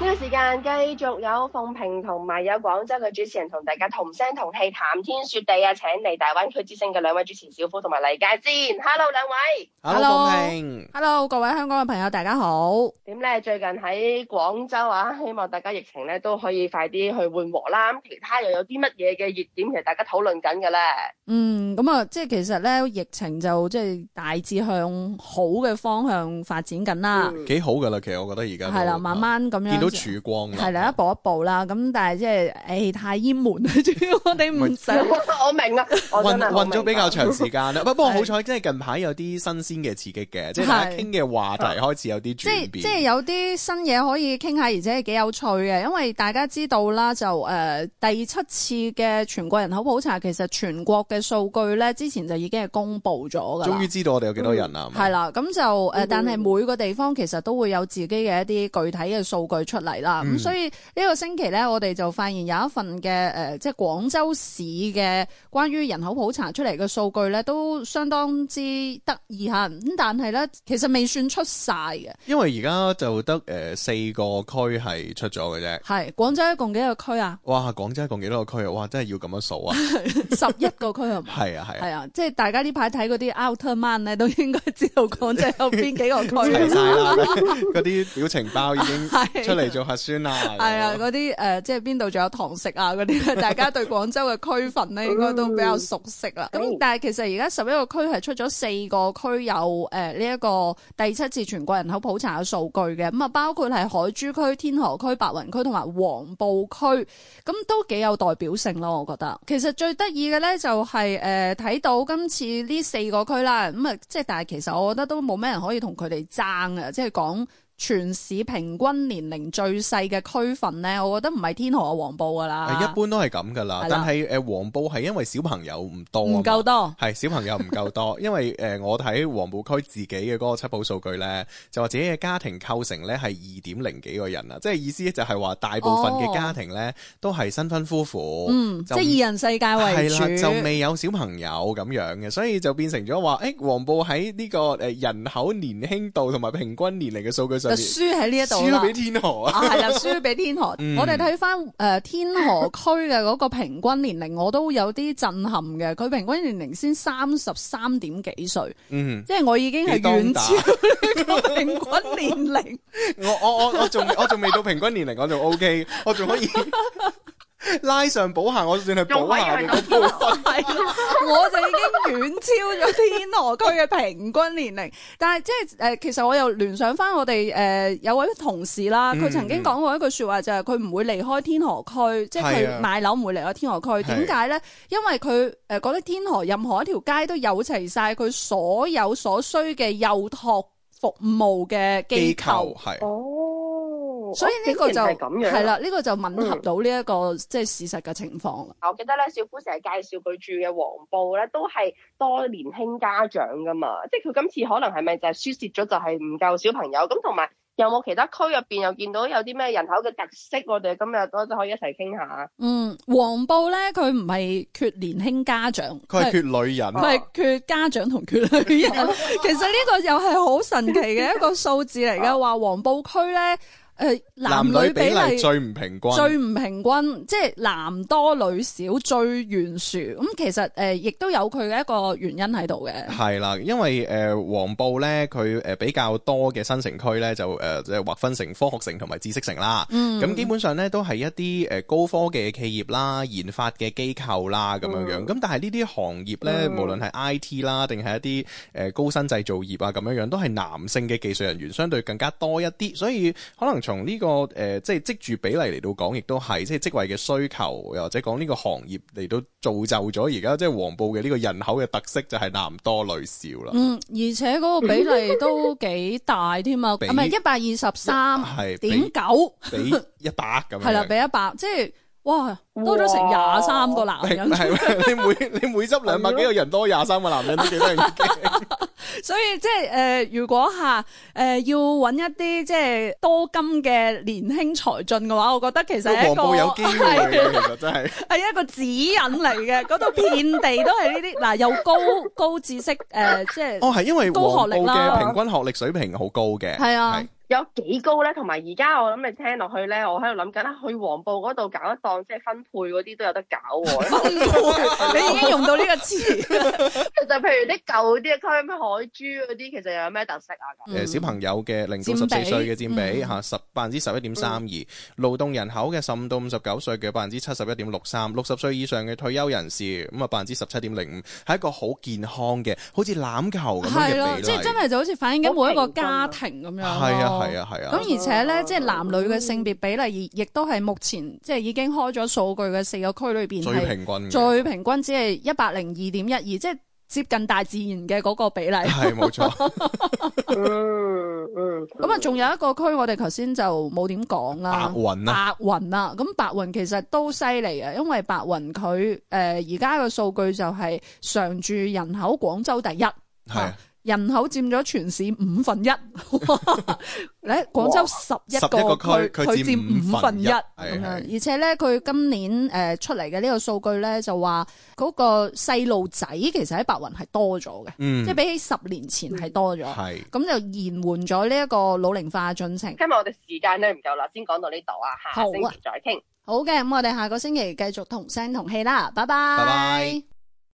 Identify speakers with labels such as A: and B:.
A: 呢個時間繼續有鳳平同埋有廣州嘅主持人同大家同聲同氣談天說地啊！請嚟大灣區之聲嘅兩位主持小夫同埋黎介先，Hello 兩位，
B: Hello，
C: 鳳平
B: Hello，各位香港嘅朋友，大家好。
A: 點咧？最近喺廣州啊，希望大家疫情咧都可以快啲去緩和啦。咁其他又有啲乜嘢嘅熱點，其實大家討論緊嘅咧？
B: 嗯，咁啊，即係其實咧，疫情就即係大致向好嘅方向發展緊啦，
A: 嗯
C: 幾好噶啦，其實我覺嗯得而家都啊
B: 係啦，慢慢咁樣
C: 見到曙光啊啦，
B: 係啦，一步一步啦。咁但係即係，誒，太淹悶啦， 主要我哋唔想。
A: 我明啊，我
C: 混
A: 真係好
C: 混
A: 明
C: 咗比較長時 間啦。不不過
B: 係
C: 好彩，即係近排有啲新鮮嘅刺激 嘅，即係大家
B: 係
C: 傾嘅話題開始有啲
B: 即係
C: 轉
B: 即係
C: 變。
B: 有啲新嘢可以傾下，而且係幾有趣嘅，因為大家知道啦，就誒、呃第七次嘅全國人口普查，其實全國嘅數據咧，之前就已經係公布咗㗎啦嗯
C: 終於。知道我哋有幾多人啦，
B: 係啦，咁就誒，呃
A: 嗯
B: 但係每個地方其實都會有自己嘅一啲具體嘅數據出嚟啦。咁、
C: 嗯
B: 所以呢個星期呢，我哋就發現有一份嘅誒、呃即係廣州市嘅呃關於人口普查出嚟嘅數據呢，都相當之得意嚇。咁但係呢，其實未算出晒嘅。
C: 因為而家就得誒四個區係出咗嘅啫。？
B: 係廣州一共幾個區啊
C: 哇！廣州一共幾多個區啊？哇！真係要咁樣數 啊！
B: 十一個區係嘛？
C: 係啊，係啊，
B: 係啊，即係大家呢排睇嗰啲 Outer Man 咧，都應該知道廣州有邊幾個
C: 齊
B: 區。
C: 晒 啦！嗰啲表情包已經
B: 係
C: 出嚟做核酸啦。
B: 係啊，嗰啲誒，即係邊度仲有堂食啊嗰啲咧， 大家對廣州嘅區份咧，應該都比較熟悉啦。咁
A: 嗯
B: 但係其實而家十一個區係出咗四個區有誒呢一個第七次全國人口普查嘅數據嘅，咁啊包括係海珠區、天河區、白雲區同埋黃埔區。咁都幾有代表性咯，我覺得。其實最得意嘅咧就係誒睇到今次呢四個區啦，咁啊即係但係其實我覺得都冇咩人可以同佢哋爭啊，即係講全市平均年齡最細嘅區份咧，我覺得唔係天河啊黃埔噶啦，
C: 誒一般都係咁噶啦
B: 係啦。
C: 但係誒黃埔係因為小朋友唔多啊
B: 唔
C: 嘛
B: 夠多。
C: 係小朋友唔夠多，因為誒、呃我睇黃埔區自己嘅嗰個七普數據咧，就話自己嘅家庭構成咧係二點零幾個人啊，即係意思就係話大部分嘅家庭咧、都係新婚夫婦，
B: 哦嗯，即
C: 就
B: 係二人世界為
C: 係啦，就
B: 主，
C: 未有小朋友咁樣嘅，所以就變成咗話，誒、黃埔喺呢個誒人口年輕度同埋平均年齡嘅數據上
B: 就
C: 面，
B: 輸喺呢一度
C: 輸咗
B: 啦
C: 俾。天河啊！
B: 啊，係啦，輸俾天河。
C: 嗯
B: 我哋睇翻誒天河區嘅嗰個平均年齡，我都有啲震撼嘅。佢平均年齡先三十三點幾歲，
C: 嗯，
B: 即係我已經係
C: 幾當
B: 遠
C: 打
B: 超呢個平均年齡。
C: 我我我我仲我仲未到平均年齡，我仲 O K，我仲可 以拉上補下，我算係
A: 仲
C: 補
A: 可以
C: 下
A: 去
C: 嘅
A: 到
C: 嗰部分。
B: 係啦，我就已經遠超咗天河區嘅平均年齡。但係即係誒、呃其實我又聯想翻我哋誒、呃有位同事啦，
C: 嗯
B: 佢曾經講過一句説話，就係佢唔會離開天河區，即係
C: 係啊
B: 佢買樓唔會離開天河區。
C: 係
B: 點解咧？因為佢誒、呃、覺得天河任何一條街都有齊晒佢所有所需嘅幼托服務嘅
C: 機
B: 機構哦
C: 構。係
A: 哦，
B: 所以呢個就
A: 係咁樣，啊
B: 係啦，呢、個就吻合到呢、一個、即係事實嘅情況啦。
A: 我記得咧，小夫成日介紹佢住嘅黃埔咧，都係多年輕家長噶嘛，即係佢今次可能係咪就係輸蝕咗，就係唔夠小朋友咁，同埋有冇其他區入邊又見到有啲咩人口嘅特色？我哋今日都可以一齊傾下。
B: 嗯，黃埔咧，佢唔係缺年輕家長，
C: 佢係缺啊女人，
B: 佢係缺家長同缺 女人。其實呢個又係好神奇嘅一個數 字嚟嘅，啊話黃埔區咧，誒、
C: 男
B: 男女
C: 女
B: 比
C: 比
B: 例
C: 例最唔平均，
B: 最唔平均，即係男多女少最懸殊。咁、其實誒，亦、都有佢嘅一個原因喺度 嘅。
C: 係啦，因為誒、呃、黃埔咧，佢誒比較多嘅新城區咧，就誒即係劃分成科學城同埋知識城啦。
B: 嗯
C: 咁、基本上咧都係一啲誒高科技嘅企業啦、研發嘅機構啦咁樣
B: 嗯
C: 樣。咁、但係呢啲行業咧，
A: 嗯
C: 無論係 IT 啦，定係一啲誒、呃高新製造業啊咁樣樣，都係男性嘅技術人員相對更加多一啲。所以可能從呢、個誒、呃即係職住比例嚟到講，亦都係即係職位嘅需求，又或者講呢個行業嚟到造就咗而家即係黃埔嘅呢個人口嘅特色就係男多女少啦。
B: 嗯，而且嗰個比例都幾大添啊，唔
C: 比
B: 係一百二十三
C: 係
B: 點
C: 比
B: 九。
C: 比一百咁樣。
B: 係啦，俾一百，即係哇，多咗成
A: 哇
B: 廿三個男
C: 係
B: 人，
C: 係你 每你每執兩百幾個人多廿三個男人都幾得人驚。
B: 所以即係誒、呃如果吓誒、呃要揾一啲即係多金嘅年輕才俊嘅話，我覺得其實係一
C: 黃
B: 個
C: 埔有機會
B: 係
C: 嘅，其實真係。
B: 係一個指引嚟嘅，嗰度遍地都係呢啲嗱，又高高知識誒、呃即係
C: 哦，係因為
B: 高學
C: 黃
B: 歷
C: 埔
B: 啦
C: 嘅平均學歷水平好高嘅。
B: 係啊
C: 係。
A: 有幾高咧？同埋而家我諗你聽落去咧，我喺度諗緊啊，去黃埔嗰度搞一檔即係分配嗰啲都有得搞喎。 因為
C: 啊
B: 你已經用到呢個詞，
A: 其實譬如啲舊啲嘅區，咩海珠嗰啲，其實有咩特色啊？咁
C: 誒、小朋友嘅零到十
B: 嗯佔
C: 四
B: 比
C: 歲嘅佔比
B: 嗯
C: 嚇十百分之十一點三二，勞動人口嘅十五到五十九歲嘅百分之七十一點六三，六十歲以上嘅退休人士咁啊百分之十七點零五，係一個好健康嘅，好似欖球咁樣
B: 嗯係
C: 嘅
B: 咯，
C: 比
B: 即係真
C: 例。
B: 係就好似反映緊每一個
A: 好平均
B: 家
A: 啊
B: 庭咁樣咯。
C: 係啊係啊係
B: 咁
C: 啊，
B: 而且咧，即係男女嘅性別比例，亦都係目前即係已經開咗數據嘅四個區裏邊
C: 最
B: 係
C: 平均嘅
B: 最平均，只係一百零二點一二，即係接近大自然嘅嗰個 比例。
C: 係冇錯。
A: 嗯嗯。
B: 咁啊，仲有一個區，我哋頭先就冇點講
C: 白
B: 啦。
C: 雲啊，
B: 白雲啦，咁白雲其實都犀利嘅，因為白雲佢誒呃而家嘅數據就係常住人口廣州第一，
C: 係啊
B: 人口佔咗全市五分一。 咧廣州十一
C: 11
B: 個
C: 個
B: 區，
C: 區
B: 佢
C: 佢佔
B: 佔五分一
C: 係
B: 咁樣，
C: 係
B: 而且咧佢今年誒、呃出嚟嘅呢個數據咧就話嗰個細路仔其實喺白雲係多咗嘅，
C: 嗯，
B: 即係比起十年前係多咗。
C: 係
B: 咁就延緩咗呢一個老齡化嘅進程。
A: 今日我哋時間咧唔夠啦，先講到呢度啊，
B: 好
A: 下
B: 啊
A: 星期再傾。
B: 好嘅，咁我哋下個星期繼續同聲同氣啦，拜拜。
C: 拜拜。